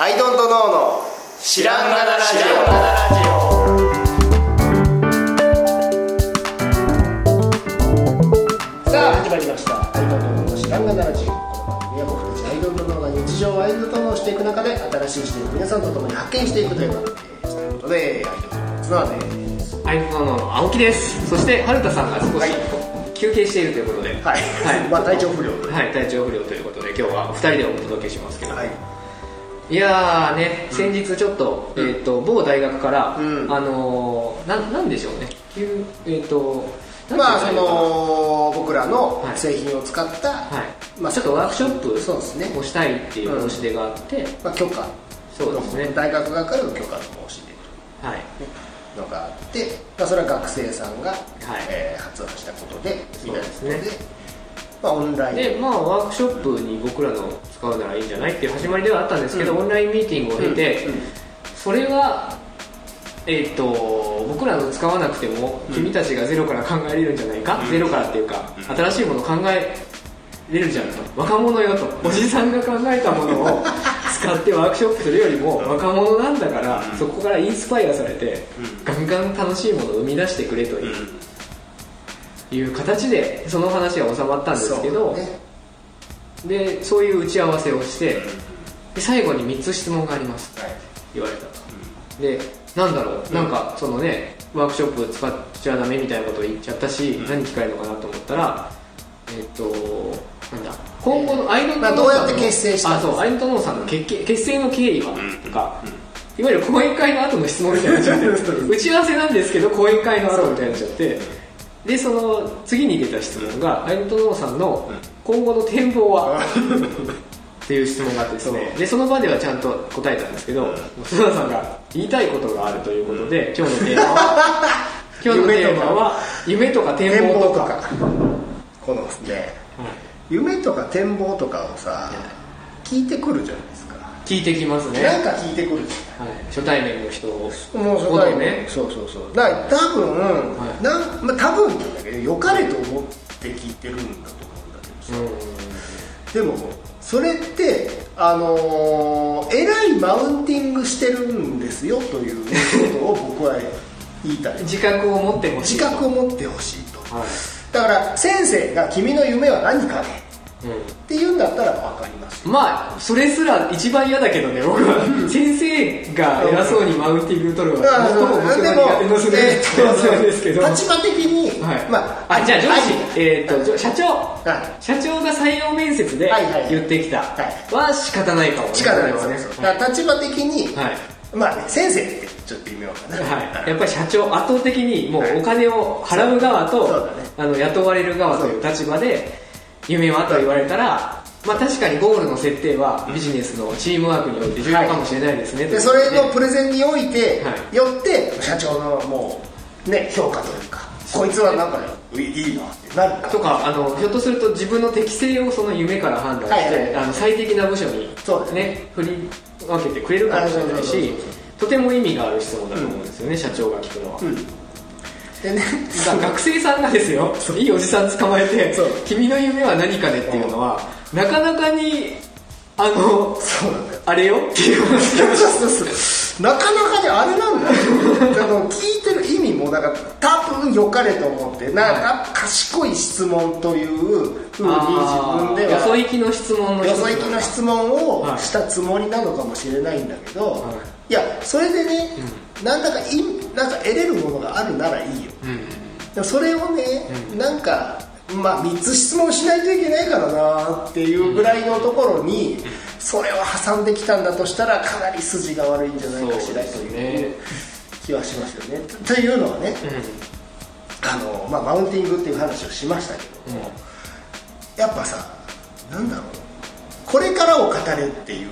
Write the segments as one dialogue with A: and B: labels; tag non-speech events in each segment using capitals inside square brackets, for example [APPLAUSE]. A: アイドントノーの知らんがなラジオさあ始まりましたアイドントノーの知らんがなラジオこの番組は僕たちアイドントノーが日常をアイドントノーしていく中で新しい視点を皆さんと共に発見していくという番組ですということでアイドントノーの綱はね
B: アイドルの青木ですそして春田さんが少し休憩しているということでは
A: はい、まあ体調不良で、
B: はい、体調不良ということで今日は2人でお届けしますけど、、
A: はいい、
B: やーね先日ちょっと,、えー、と某大学から、
A: うん
B: あのー、なんなんでしょうね急えっ、と
A: まあそ
B: は
A: の僕らの
B: はい
A: 製品を使った、
B: い、
A: ま
B: ま
A: あ
B: あ、ちょっとワークショップ
A: そうですね
B: をしたいっていう申し出があって、
A: まあ、許可
B: そうですね
A: 大学側からの許可の申し出
B: はい
A: というのがあって、まあ、それは学生さんが、えー発案したことでみ
B: そ
A: たいな
B: うで
A: こ
B: す
A: と
B: ね
A: でまあ、オンライン
B: でまあ、ワークショップに僕らの使うならいいんじゃないっていう始まりではあったんですけど、
A: うん
B: オンラインミーティングを経て、
A: うんうん
B: それは、えー、と僕らの使わなくても、
A: うん
B: 君たちがゼロから考えれるんじゃないか、ゼロからっていうか、新しいものを考えれるじゃんと若者よとおじさんが考えたものを [LAUGHS] 使ってワークショップするよりも若者なんだから、そこからインスパイアされて、
A: うん
B: ガンガン楽しいものを生み出してくれという,、いう形でその話は収まったんですけど。
A: そうね
B: でそういう打ち合わせをしてで最後に3つ質問があります
A: はい
B: 言われたでなんだろうなんかそのねワークショップ使っちゃダメみたいなこと言っちゃったし、何聞かれるのかなと思ったらえっとなんだ今後のアイドントノーさ
A: まあ
B: んの、
A: どうやって結成したん
B: あ
A: です
B: そ
A: か
B: うアイドントノーさんの結け結成の経緯は、とか、いわゆる講演会の後の質問みたいになっちゃって [LAUGHS] 打ち合わせなんですけど講演会の後みたいになっちゃってでその次に出た質問が、アイドントノーさんの今後の展望は、っていう質問があってですねでその場ではちゃんと答えたんですけど須田さんが言いたいことがあるということで、今日のテーマは [LAUGHS] 今日のテーマは夢とか展
A: 展
B: 望
A: 望
B: と
A: と
B: か
A: かこのですね夢とか展望とかをさ聞いてくるじゃないですか
B: 聞いてきますね、
A: なんか聞いてくるじ
B: はい、初対面の人を
A: ゃんもうそこだよ
B: ね
A: そうそうそうだから多分、
B: はい
A: なんまあ、多分なんだけど良かれと思って聞いてるんだと思うんだけどさでもそれってあのーえらいマウンティングしてるんですよということを僕は言いた
B: [LAUGHS]
A: い
B: うん自覚を持ってほしい
A: 自覚を持ってほしいと
B: はい
A: だから先生が「君の夢は何かね」って言うんだったら分かります
B: うん、まあそれすら一番嫌だけどね僕は先生が偉そうにマウンティング取るの
A: だか
B: は
A: ら
B: 最も
A: で
B: 僕が苦手
A: も
B: なする [LAUGHS]
A: え
B: 人なんですけど、
A: 立場的に、
B: はい
A: ま
B: あじゃあ上司、
A: はい
B: えー、とじょ社長、
A: はい
B: 社長が採用面接で
A: はいはいはい
B: 言ってきた
A: はい
B: は仕方ないかもね
A: 力なんです
B: こ
A: よ
B: れは
A: そう
B: は
A: だから立場的に、
B: い、はい
A: まあね先生ってちょっと微妙かな、
B: はい、やっぱり社長圧倒的にもうお金を払う側
A: そ
B: と、
A: うだね
B: あの雇われる側という立場で夢はと言われたら、まあ、確かにゴールの設定はビジネスのチームワークにおいて重要かもしれないですね、とい
A: で
B: う
A: そ
B: こと
A: れ
B: で
A: のプレゼンにおいて、
B: はい
A: よって社長のもうね評価というかこいつはなんかいいいなってなる
B: とかあのひょっとすると自分の適性をその夢から判断して、
A: はいはいはい
B: あの最適な部署に
A: そうですね
B: 振り分けてくれるかもしれない
A: あそうそう
B: し
A: そうそう
B: とても意味がある質問だと思うんですよね、社長が聞くのは、
A: んでね
B: だから学生さんがですよいいおじさん捕まえて
A: そう
B: 「君の夢は何かね」っていうのは、なかなかにあの
A: そう [LAUGHS] なんだよ
B: あれよっていう話をし
A: そうそうそうなかなかねあれなんだよあの聞いてる意味もだから多分良かれと思ってなんか賢い質問というふうに自分で
B: よそ
A: は
B: 行きの質問の一
A: よ
B: つ
A: そ行きの質問を
B: はい
A: したつもりなのかもしれないんだけど、、
B: はい
A: やそれでね、なんだかいなんか得れるものがあるならいいよ
B: うん
A: でもそれをね、なんか、まあ、3つ質問しないといけないからなっていうぐらいのところに、それを挟んできたんだとしたらかなり筋が悪いんじゃないかしらと
B: そう
A: いう
B: で
A: 気はしますよね。とというのはね、あのまあ、マウンティングっていう話をしましたけども、やっぱさなんだろうこれからを語れっていう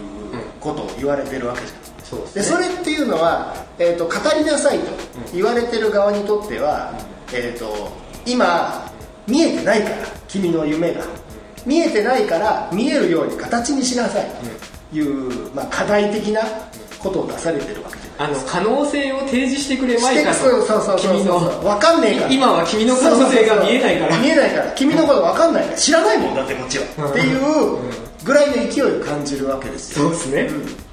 A: ことを言われてるわけじゃん
B: そうです
A: で
B: ね
A: それっていうのは、えー、と語りなさいと言われてる側にとっては、えー、と今見えてないから君の夢が見えてないから見えるように形にしなさいという、まあ、課題的なことを出されてるわけじゃない
B: あの可能性を提示してくれまいかと
A: そうそうそうそう
B: 君の
A: 分かんねえから
B: い今は君の可能性が見えないか
A: そうそう
B: ら
A: そう見えないから君のこと分かんないから知らないもんだってもちろんっていうぐらいの勢いを感じるわけですよ
B: そうですね、うん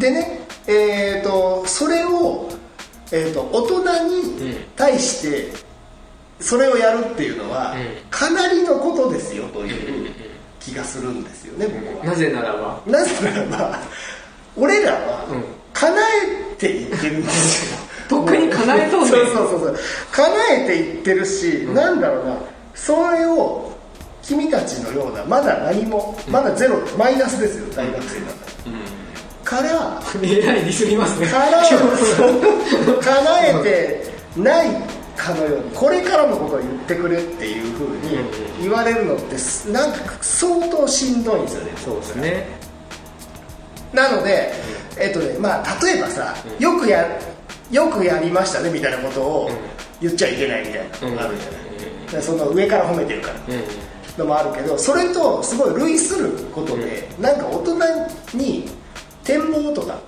A: でね、えー、とそれを、えー、と大人に対してそれをやるっていうのは、
B: うん
A: かなりのことですよと
B: うんうん
A: いううん気がするんですよね僕は。
B: なぜならば [LAUGHS]
A: なぜならば俺らは
B: うん
A: 叶えていってるんですよ
B: とっくに叶えとんねん
A: そうそうそうそう叶えていってるし、なんだろうなそれを君たちのようなまだ何もまだゼロ、マイナスですよ大学生なんだから
B: えらいディスりますね
A: から
B: [LAUGHS] そう [LAUGHS]
A: そう叶えてないかのようにこれからのことを言ってくれっていうふうに言われるのってすなんか相当しんどいんですよね
B: そうですね
A: なので、えっとねまあ、例えばさ、よくやよくやりましたねみたいなことを言っちゃいけないみたいなのがあるじゃない、でその上から褒めてるから
B: うん
A: のもあるけどそれとすごい類することで、なんか大人に展望とか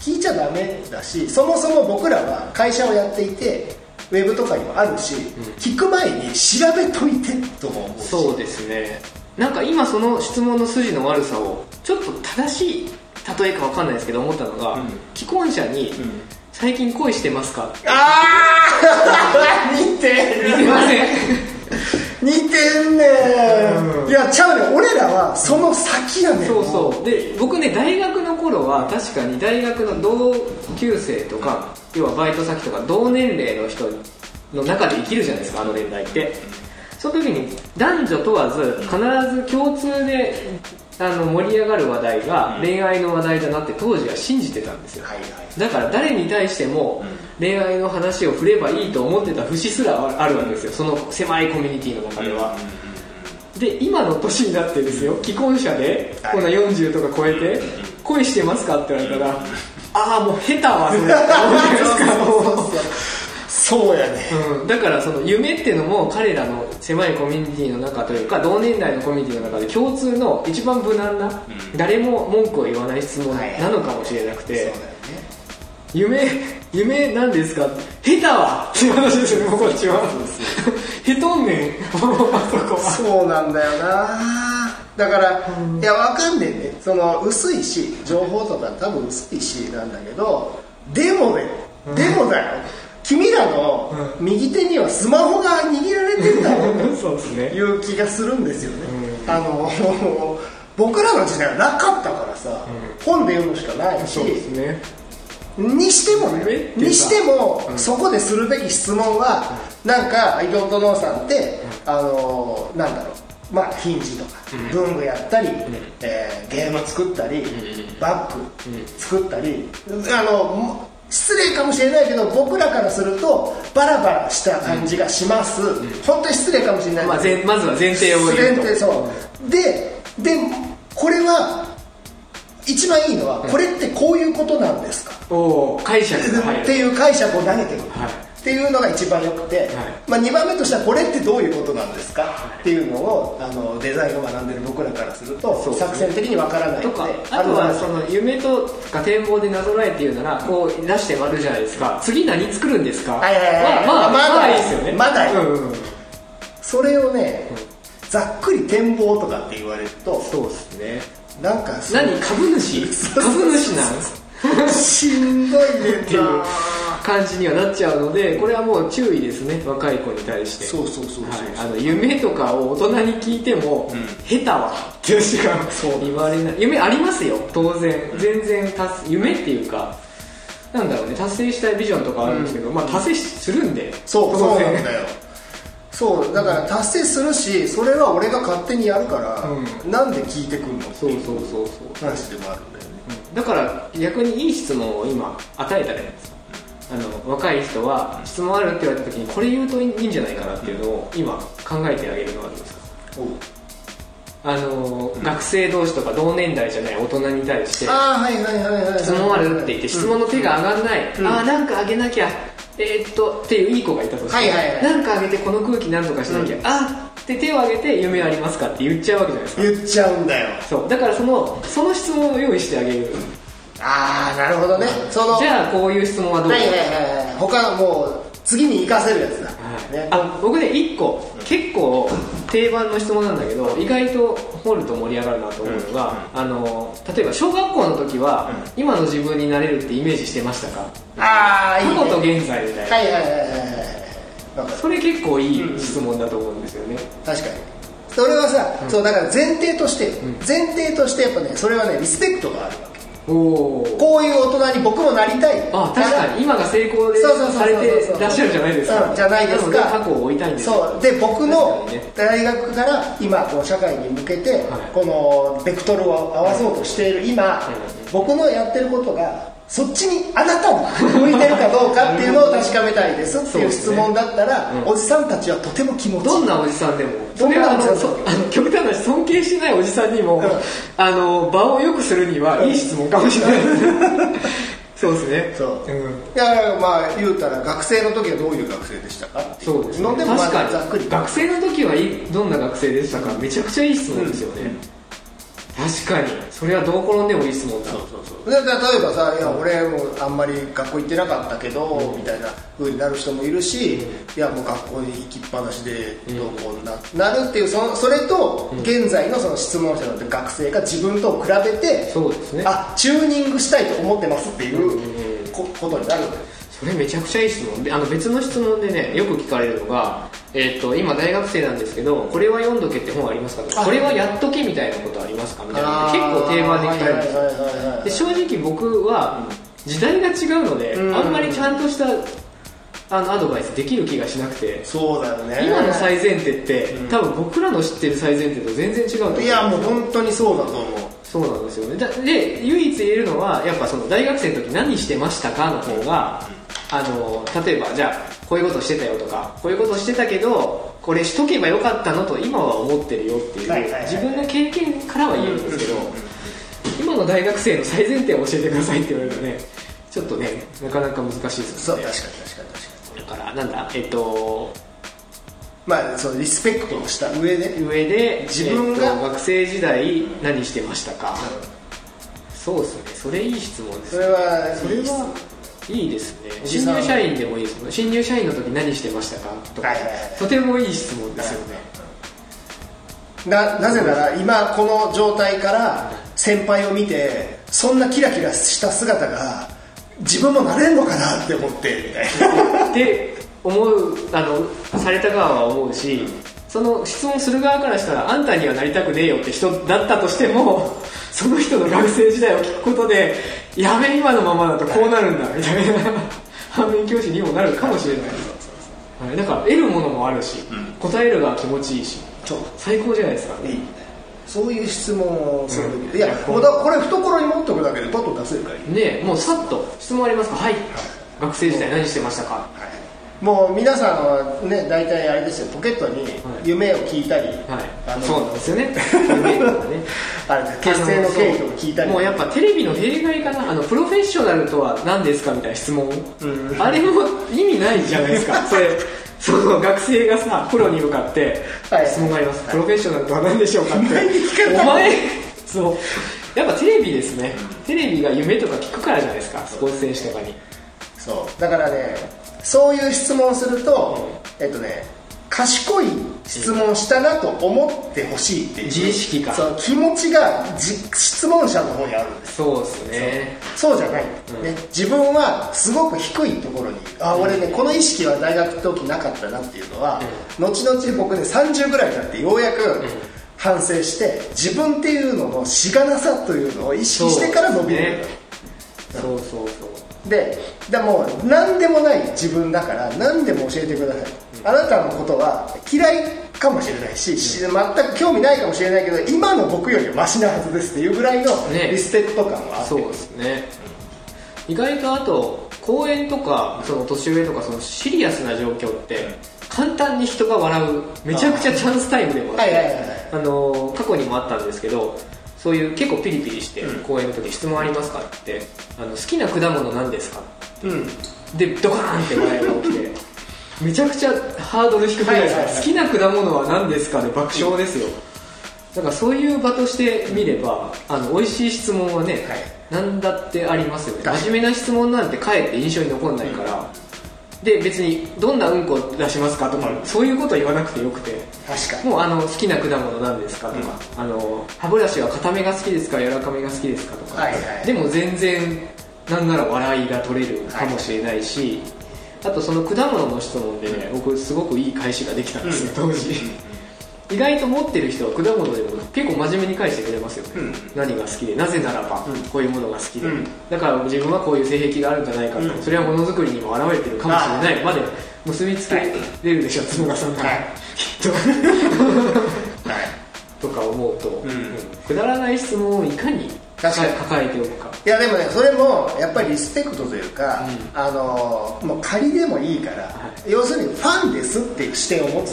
A: 聞いちゃダメだしそもそも僕らは会社をやっていてウェブとかにもあるし、聞く前に調べといてとも思うし [LAUGHS]
B: そうですねなんか今その質問の筋の悪さをちょっと正しい例えかわかんないですけど思ったのが、
A: ん
B: 既婚者に、最近恋してますか?」って
A: ああ似て
B: 似てません
A: 似てんねん、いやちゃうねん俺らはその先やねん
B: [LAUGHS] そうそうで僕ね大学の頃は確かに大学の同級生とか要はバイト先とか同年齢の人の中で生きるじゃないですかあの年代ってその時に男女問わず必ず共通であの盛り上がる話題が恋愛の話題だなって当時は信じてたんですよ
A: はいはい
B: だから誰に対しても恋愛の話を振ればいいと思ってた節すらあるわけですよその狭いコミュニティの中で [LAUGHS] は、で今の年になってですよ既婚者で
A: はい
B: こんな40とか超えて恋してますかって言われたらああもう下手はそれって思うじゃない
A: [LAUGHS]
B: ですか
A: そうやねん
B: うんだからその夢っていうのも彼らの狭いコミュニティの中というか同年代のコミュニティの中で共通の一番無難な誰も文句を言わない質問なのかもしれなくて、
A: そうだよね
B: 夢夢なんですか下手はっていう話ですよねもうこっ [LAUGHS] ちはへとんねんもうあそこは
A: そうなんだよなだから、いやわかんねえねその薄いし情報とか多分薄いしなんだけどでもね、でもだよ君らの右手にはスマホが握られてんだろ
B: [LAUGHS] そうです
A: と
B: ね
A: いう気がするんですよね、あの僕らの時代はなかったからさ、本で読むしかないし
B: そうですね
A: にしても
B: 夢
A: ね
B: っていうか
A: にしても、そこでするべき質問は、なんか伊藤とのさんって、あのーなんだろうまあヒンジとか、文具やったり、えーゲーム作ったり、バッグ作ったり、あのも失礼かもしれないけど僕らからするとバラバラした感じがします、本当に失礼かもしれないけど
B: まあ、前まずは前提を言
A: 前
B: うと
A: 提そうででこれは一番いいのは、これってこういうことなんですか
B: おお解釈が入
A: って
B: る
A: いう解釈を投げてくる、
B: はい
A: っていうのが一番よくて、まあ、2番目としてはこれってどういうことなんですか、っていうのをあのデザインを学んでる僕らからすると
B: そうですね
A: 作戦的にわからない
B: と
A: ので
B: かあとは
A: の
B: その夢とか展望でなぞらえっていうならこう出して割るじゃないですか次何作るんですか
A: はいはいはいはい
B: まあまあ
A: まだ
B: まあいいですよね
A: まだいい
B: うんうん
A: それをね、ざっくり展望とかって言われると
B: そうですね
A: なんかその
B: 何株主株主なん
A: しんどいね
B: [LAUGHS] っ
A: ん
B: ていう
A: な
B: 感じにはなっちゃうのでこれはもう注意ですね若い子に対して
A: そうそうそうそう
B: はい、あの夢とかを大人に聞いても、下手はってしか言われない夢ありますよ当然全然達成夢っていうかなんだろうね達成したいビジョンとかあるんですけど、まあ達成するんで
A: そう
B: 当
A: そう
B: 然
A: なんだよそうだから達成するしそれは俺が勝手にやるから、
B: う
A: なんで聞いてくるの
B: そうそうそうそう
A: 話でもあるんだよね、
B: だから逆にいい質問を今与えたじゃないですかあの若い人は質問あるって言われた時にこれ言うといいんじゃないかなっていうのを今考えてあげるのはどうですか
A: おう
B: あの、学生同士とか同年代じゃない大人に対して
A: ああはいはいはいはいはい
B: 質問あるって言って質問の手が上がんない、
A: ん
B: ああなんかあげなきゃえーっとっていういい子がいたとして、
A: はいはいはい
B: なんかあげてこの空気なんとかしなきゃ、あーって手を挙げて夢ありますかって言っちゃうわけじゃないですか
A: 言っちゃうんだよ
B: そうだからそのその質問を用意してあげる
A: ああなるほどねその
B: じゃあこういう質問はどう
A: はいはいはいはい他のもう次に生かせるやつだ、ね
B: あ僕ね1個
A: うん
B: 結構定番の質問なんだけど意外と掘ると盛り上がるなと思うのが、あの例えば小学校の時は、今の自分になれるってイメージしてましたか
A: ああ
B: 過
A: いい、ね、
B: 去と現在みたいな、
A: はいはいはいはいはいなんか
B: それ結構いい質問だと思うんですよね、
A: 確かにそれはさ、そうだから前提として、前提としてやっぱねそれはねリスペクトがあるわけ
B: おお
A: こういう大人に僕もなりたい
B: あ確かに今が成功で
A: そうそうそうそう
B: されてらっしゃるじゃないです
A: う
B: か
A: んじゃないですか
B: ので過去を追いたいんですよ
A: そうで僕の
B: 確かにね
A: 大学から今こう社会に向けて、
B: はい
A: このベクトルを合わそうとしている今、僕のやってることがそっちにあなたに向いてるかどうかっていうのを確かめたいですっていう質問だったら、
B: そうですねうん
A: おじさんたちはとても気持ちいい
B: どんなおじさんでも
A: ど
B: そ
A: ん
B: れ
A: な
B: は
A: お
B: あ
A: じ
B: の
A: さんでも
B: そあの極端な話尊敬してないおじさんにも、
A: ん
B: あの場を良くするにはいい質問かもしれ
A: [LAUGHS]
B: ない、そうですね
A: そう、
B: ん
A: いやまあ言うたら学生の時はどういう学生でしたかってい
B: そうですね
A: のでも
B: 確か
A: まあざっくり
B: に学生の時はいいどんな学生でしたかめちゃくちゃいい質問ですよね、確かにそれはどう転んでもいい質問だ
A: そうそうそうで例えばさ「いや俺もうあんまり学校行ってなかったけど」みたいな風になる人もいるし、いやもう学校に行きっぱなしでどうこうな,、なるっていうそのそれと現在のその質問者の学生が自分と比べて、
B: そうですね
A: あチューニングしたいと思ってますってい
B: ん
A: うこことになるんだよ
B: それめちゃくちゃいい質問であの別の質問でねよく聞かれるのが、えー、と今大学生なんですけどこれは読んどけって本ありますかとか
A: あ
B: これはやっとけみたいなことありますかみたいな結構定番で聞かれるんですよ
A: はいはいはいはいはい
B: で正直僕は時代が違うので、
A: うん
B: あんまりちゃんとしたあのアドバイスできる気がしなくて、
A: そうだよね
B: 今の最前提って、多分僕らの知ってる最前提と全然違うと思う
A: いやもう本当にそうだと思う
B: そうなんですよねだで唯一言えるのはやっぱその大学生の時何してましたかの方が、あの例えばじゃあこういうことしてたよとかこういうことしてたけどこれしとけばよかったのと今は思ってるよっていう、
A: はいはいはい
B: 自分の経験からは言えるんですけど、今の大学生の最前提を教えてくださいって言われるとねちょっとねなかなか難しいです
A: そ
B: よ
A: う
B: ね
A: 確かに確かに確かに
B: だからなんだえっと
A: まあそのリスペクトをした上で
B: 上で
A: 自分が
B: えっと学生時代何してましたか、そうですねそれいい質問ですね
A: それは
B: それはいいですね
A: おじ
B: 新
A: さん
B: 入社員でもいいですもん新入社員の時何してましたかとか、
A: はいはいはい
B: とてもいい質問ですよね、
A: ななぜなら今この状態から先輩を見てそんなキラキラした姿が自分もなれるのかなって思って [LAUGHS] みたいな
B: って思うあのされた側は思うし、その質問する側からしたらあんたにはなりたくねえよって人だったとしても [LAUGHS] その人の学生時代を聞くことでやべえ今のままだとこうなるんだみたいな [LAUGHS] 反面教師にもなるかもしれないはいだから得るものもあるし、答える側は気持ちいいし
A: そう
B: 最高じゃないですか
A: いいそういう質問をするべき、
B: うん
A: いやもうだこれ懐に持っておくだけでパッと出せるからいい、
B: ねえもうさっと質問ありますかはい学生時代何してましたか
A: はい、もう皆さんはね大体あれですよポケットに夢を聞いたり、
B: は
A: あ
B: い
A: の
B: そうなんですよ
A: [LAUGHS]
B: ね夢とかね
A: あれ結成の経緯とか聞いたり
B: もうやっぱテレビの弊害かなあのプロフェッショナルとは何ですかみたいな質問、あれも意味ないじゃないで
A: [LAUGHS]
B: すかそれその学生がさプロに向かって
A: はい
B: 質問があります、プロフェッショナルとは何でしょうかって
A: お前に聞かれた
B: お
A: の
B: 前そうやっぱテレビですね、テレビが夢とか聞くからじゃないですかスポーツ選手とかに
A: そうだからねそういう質問をすると、えっとね賢い質問したなと思ってほしいっていう
B: 自意識が
A: そう気持ちがじ質問者の方にあるんです
B: そうですね
A: そうじゃない、ね、自分はすごく低いところにあ俺ねこの意識は大学の時なかったなっていうのは、後々僕ね30ぐらいになってようやく反省して自分っていうののしがなさというのを意識してから伸びるようになった
B: そうそうそう
A: ででも何でもない自分だから何でも教えてください、あなたのことは嫌いかもしれないしし全く興味ないかもしれないけど今の僕よりはマシなはずですっていうぐらいの
B: ね
A: リスペクト感はあって、
B: そうですね意外とあと公園とかその年上とかそのシリアスな状況って簡単に人が笑うめちゃくちゃチャンスタイムでもあっ
A: はいはいはい
B: て
A: はい
B: あの過去にもあったんですけどそういう結構ピリピリして公園の時質問ありますかってあの好きな果物何ですか
A: うん
B: でドカーンって笑いが起きてめちゃくちゃハードル低くないですか、
A: はいはいはい
B: 好きな果物は何ですかで爆笑ですよ、だからそういう場として見ればあの美味しい質問はね、
A: はい
B: 何だってありますよね
A: はい
B: 真面目な質問なんてかえって印象に残んないから、で別にどんなうんこ出しますかとか、そういうことは言わなくてよくて
A: 確かに
B: もうあの好きな果物なんですかとか、あの歯ブラシは硬めが好きですか柔らかめが好きですかとか、
A: はいはい
B: でも全然なんなら笑いが取れるかもしれないし、あとその果物の質問でね、僕すごくいい返しができたんですよ当時、意外と持ってる人は果物でも結構真面目に返してくれますよね、
A: うん
B: 何が好きでなぜならばこういうものが好きで、
A: うん
B: だから自分はこういう性癖があるんじゃないかと、
A: うん
B: それはものづくりにも表れてるかもしれないまで結びつけれるでしょ角田さんが、
A: はい
B: きっ
A: はい
B: と [LAUGHS] とか思うと、
A: ん
B: うんくだらない質問をいかに
A: 確かに
B: 抱えておくか
A: いやでもねそれもやっぱりリスペクトというか、あのもう仮でもいいから、要するにファンですっていう視点を持つ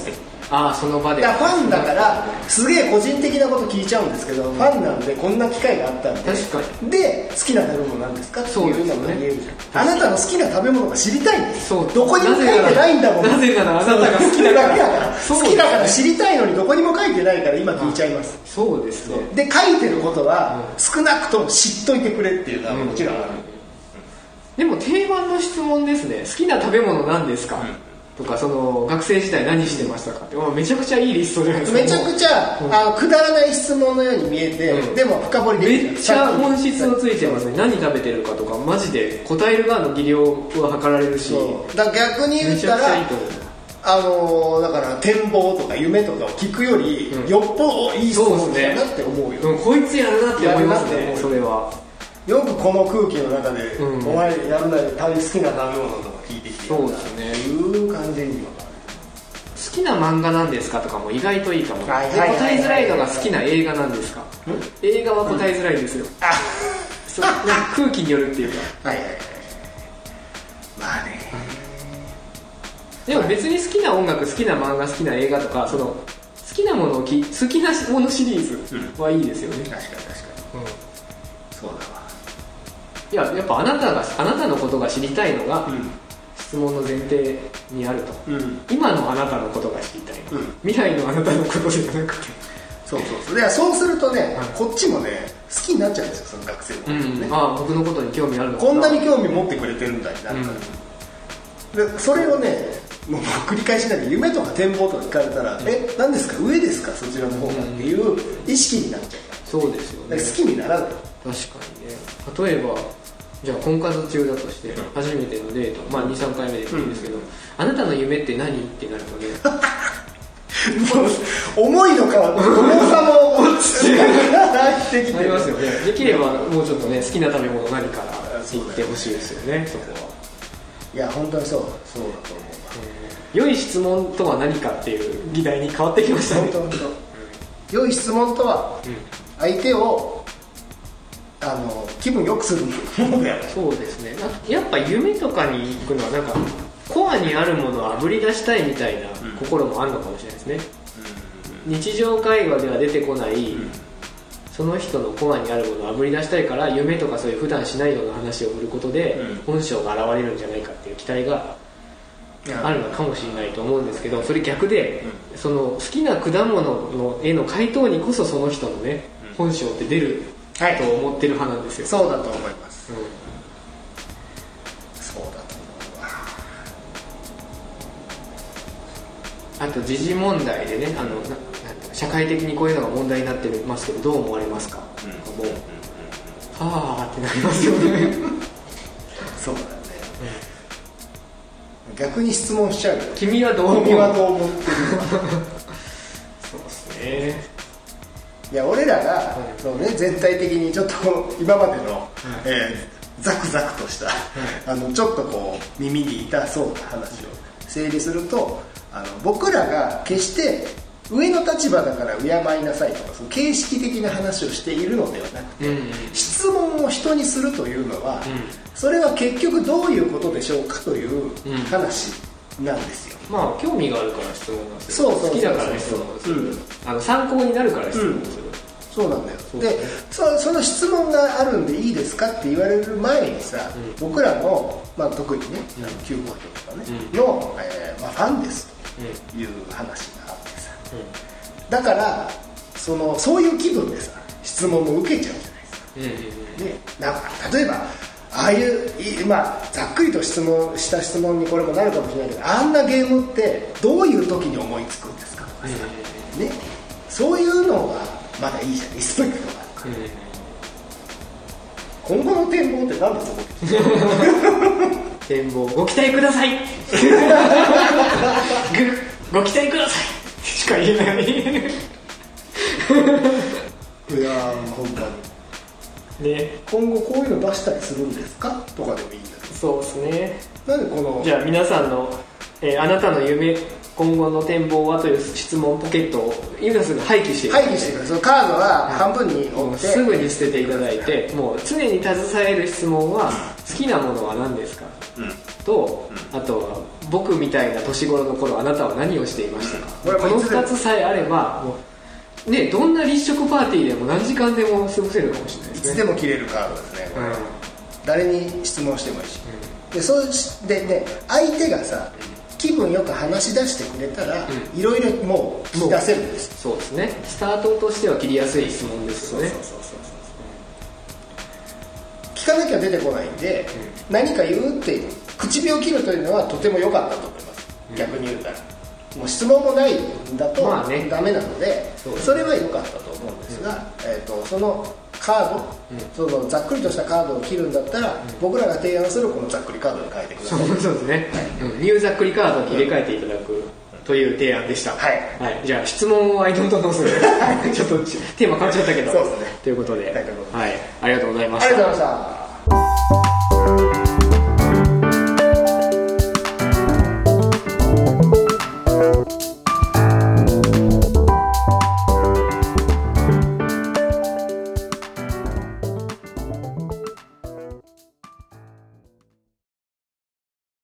B: ああその場で
A: だからファンだからすげえ個人的なこと聞いちゃうんですけど、ファンなんでこんな機会があったんで
B: 確かに
A: で好きな食べ物なんですかっていうのも言えるじゃん、
B: そうですよね
A: あなたの好きな食べ物が知りたいんです
B: そう
A: どこにも書いてないんだもん
B: なぜならなぜならあなたが好きだからそ
A: [LAUGHS]
B: う
A: 好きだから知りたいのにどこにも書いてないから今聞いちゃいます
B: そうですね
A: で書いてることは少なくとも知っといてくれっていうのはもちろんある、
B: でも定番の質問ですね好きな食べ物なんですか、とかその学生時代何してましたかって、まあめちゃくちゃいいリストじゃないですか
A: めちゃくちゃ、あのくだらない質問のように見えて、
B: うん
A: でも深掘りでき
B: めっちゃ本質をついてますね何食べてるかとかマジで答える側の技量は測られるし
A: そうだから逆に言
B: め
A: っ
B: ちゃ
A: た
B: くちゃ
A: ら
B: いいと思う
A: あのーだから展望とか夢とかを聞くより、
B: うん
A: よっぽどいい質
B: そう
A: 問
B: で
A: だ
B: すね
A: なって思うよ、
B: うん、こいつやるなって思います
A: やるな
B: ね
A: って
B: そ
A: 思う
B: れは
A: よくこの空気の中で、
B: うん
A: お前やるなり好きな食べ物とか聞いてきて
B: そうですね
A: いう感じには
B: 好きな漫画なんですかとかも意外といいかも、
A: はいはいはい
B: で答えづらいのが好きな映画なんですか映画は答えづら
A: [LAUGHS]
B: いですよ、そうなんか空気によるっていうか
A: はいはいはいまあね、
B: でも別に好きな音楽好きな漫画好きな映画とかその好きなものをき好きなものシリーズはいいですよね、
A: 確かに確か
B: うん
A: にそうだわ
B: いややっぱあなたがあなたのことが知りたいのが、
A: う
B: 質問の前提にあると、
A: んうん
B: 今のあなたのことが知りたい、
A: うん
B: 未来のあなたのことじゃなくて
A: そうそうそうだからそうするとね、
B: はい
A: こっちもね好きになっちゃうんですよその学生のことね、
B: ああ僕のことに興味あるのか
A: こんなに興味持ってくれてるんだになるから、でそれをねもう繰り返しなきゃ夢とか展望とか聞かれたら、え何ですか上ですかそちらの方がっていう意識になっちゃ
B: そうですよ
A: うだ
B: ね
A: から好きにならない [LAUGHS]
B: 確かにね例えばじゃあ婚活中だとして初めてのデート、まあ、23回目でいいんですけど、あなたの夢って何ってなるとね
A: もう思いの変わった重さも落ちてってき
B: [LAUGHS] あ
A: て
B: りますよねできればもうちょっとね好きな食べ物何から
A: そ
B: 言
A: うだよね
B: ってほしいですよねそこはい
A: や本当にそうそうだと思
B: 良い質問とは何かっていう議題に変わってきましたね
A: うわ本当本当良い質問とは相手をあの気分良くするものだよね
B: そうですねなやっぱ夢とかに行くのはなんかコアにあるものをあぶり出したいみたいな心もあるのかもしれないですね、日常会話では出てこない、その人のコアにあるものをあぶり出したいから夢とかそういう普段しないような話を振ることで本性が現れるんじゃないかっていう期待があるのかもしれないと思うんですけどそれ逆で、その好きな果物の絵の回答にこそその人のね本性って出る
A: はい
B: と思ってる派なんですよ、
A: そうだと思います
B: うん
A: そうだと思うわ
B: あと時事問題でねあのななんていうか社会的にこういうのが問題になってますけどどう思われますか、もう、はあってなりますよね
A: そうだね、逆に質問しちゃうよ
B: [LAUGHS] 君はどう思う
A: 君はどう思ってる
B: そうですね
A: いや俺らが、そうね、全体的にちょっと [LAUGHS] 今までの、えーザクザクとした、あのちょっとこう耳に痛そうな話を整理するとあの僕らが決して上の立場だから敬いなさいとかその形式的な話をしているのではなくて
B: うんうん
A: 質問を人にするというのは、それは結局どういうことでしょうかという話なんですよ、
B: まあ興味があるから質問がする
A: そうそうそう
B: 好きだから質問する、
A: うん
B: あの参考になるから質問する、
A: そうなんだよ
B: う
A: でそその質問があるんでいいですかって言われる前にさ、僕らの、まあ、特にね旧公表とかね、の、えーまあ、ファンですという話があってさ、だからそのそういう気分でさ質問も受けちゃうじゃないですか
B: うんうんうん
A: でなんか例えばああいういまあざっくりと質問した質問にこれもなるかもしれないけどあんなゲームってどういう時に思いつくんですかとかさ、ねそういうのがまだいいじゃないストイックとか今後の展望って何ですか
B: 展望ご期待ください [LAUGHS] ぐご期待くださいしか言えない
A: いやー本当に
B: [LAUGHS] ね
A: 今後こういうの出したりするんですかとかでもいいんだけ
B: そうですね
A: どなんでこの
B: じゃあ皆さんの、えーあなたの夢今後の展望はという質問ポケットを今すぐ廃棄して
A: 廃棄してくださいそのカードは半分に
B: も
A: 折
B: う
A: って、
B: すぐに捨てていただいてもう常に携える質問は好きなものは何ですか
C: うん
B: とあとは僕みたいな年頃の頃あなたは何をしていましたか、
A: うんこ
B: こ
A: れも
B: の
A: いつでも
B: 2つさえあればもうねどんな立食パーティーでも何時間でも過ごせるかもしれない
A: い
B: で
A: つ
B: す
A: で
B: ね
A: も切れるカードですねこれ、誰に質問してもいいし、でそうしでね相手がさ気分よく話し出してくれたらいろいろもう聞き出せるんです
B: そうですねスタートとしては切りやすい質問ですよね
A: そうそう聞かなきゃ出てこないんで、何か言うっていう唇を切るというのはとても良かったと思います、逆に言うたらもう質問もないんだと
B: まあね
A: ダメなので、
B: そう
A: それは良かったと思うんですが、えー、とそのカード、そのざっくりとしたカードを切るんだったら、僕らが提案するこのざっくりカードに変えてくだ
B: そ
A: さ
B: う
A: い
B: そうですね、うんニューザックリカードに入れ替えていただくという提案でした、
A: はい
B: はい、じゃあ質問をアイドントノーするちょっとテーマ変わっちゃったけど
A: そうですね
B: ということで、
A: はいということで
B: はい、ありがとうございま
A: あ
B: し
A: り
B: た
A: がとうございました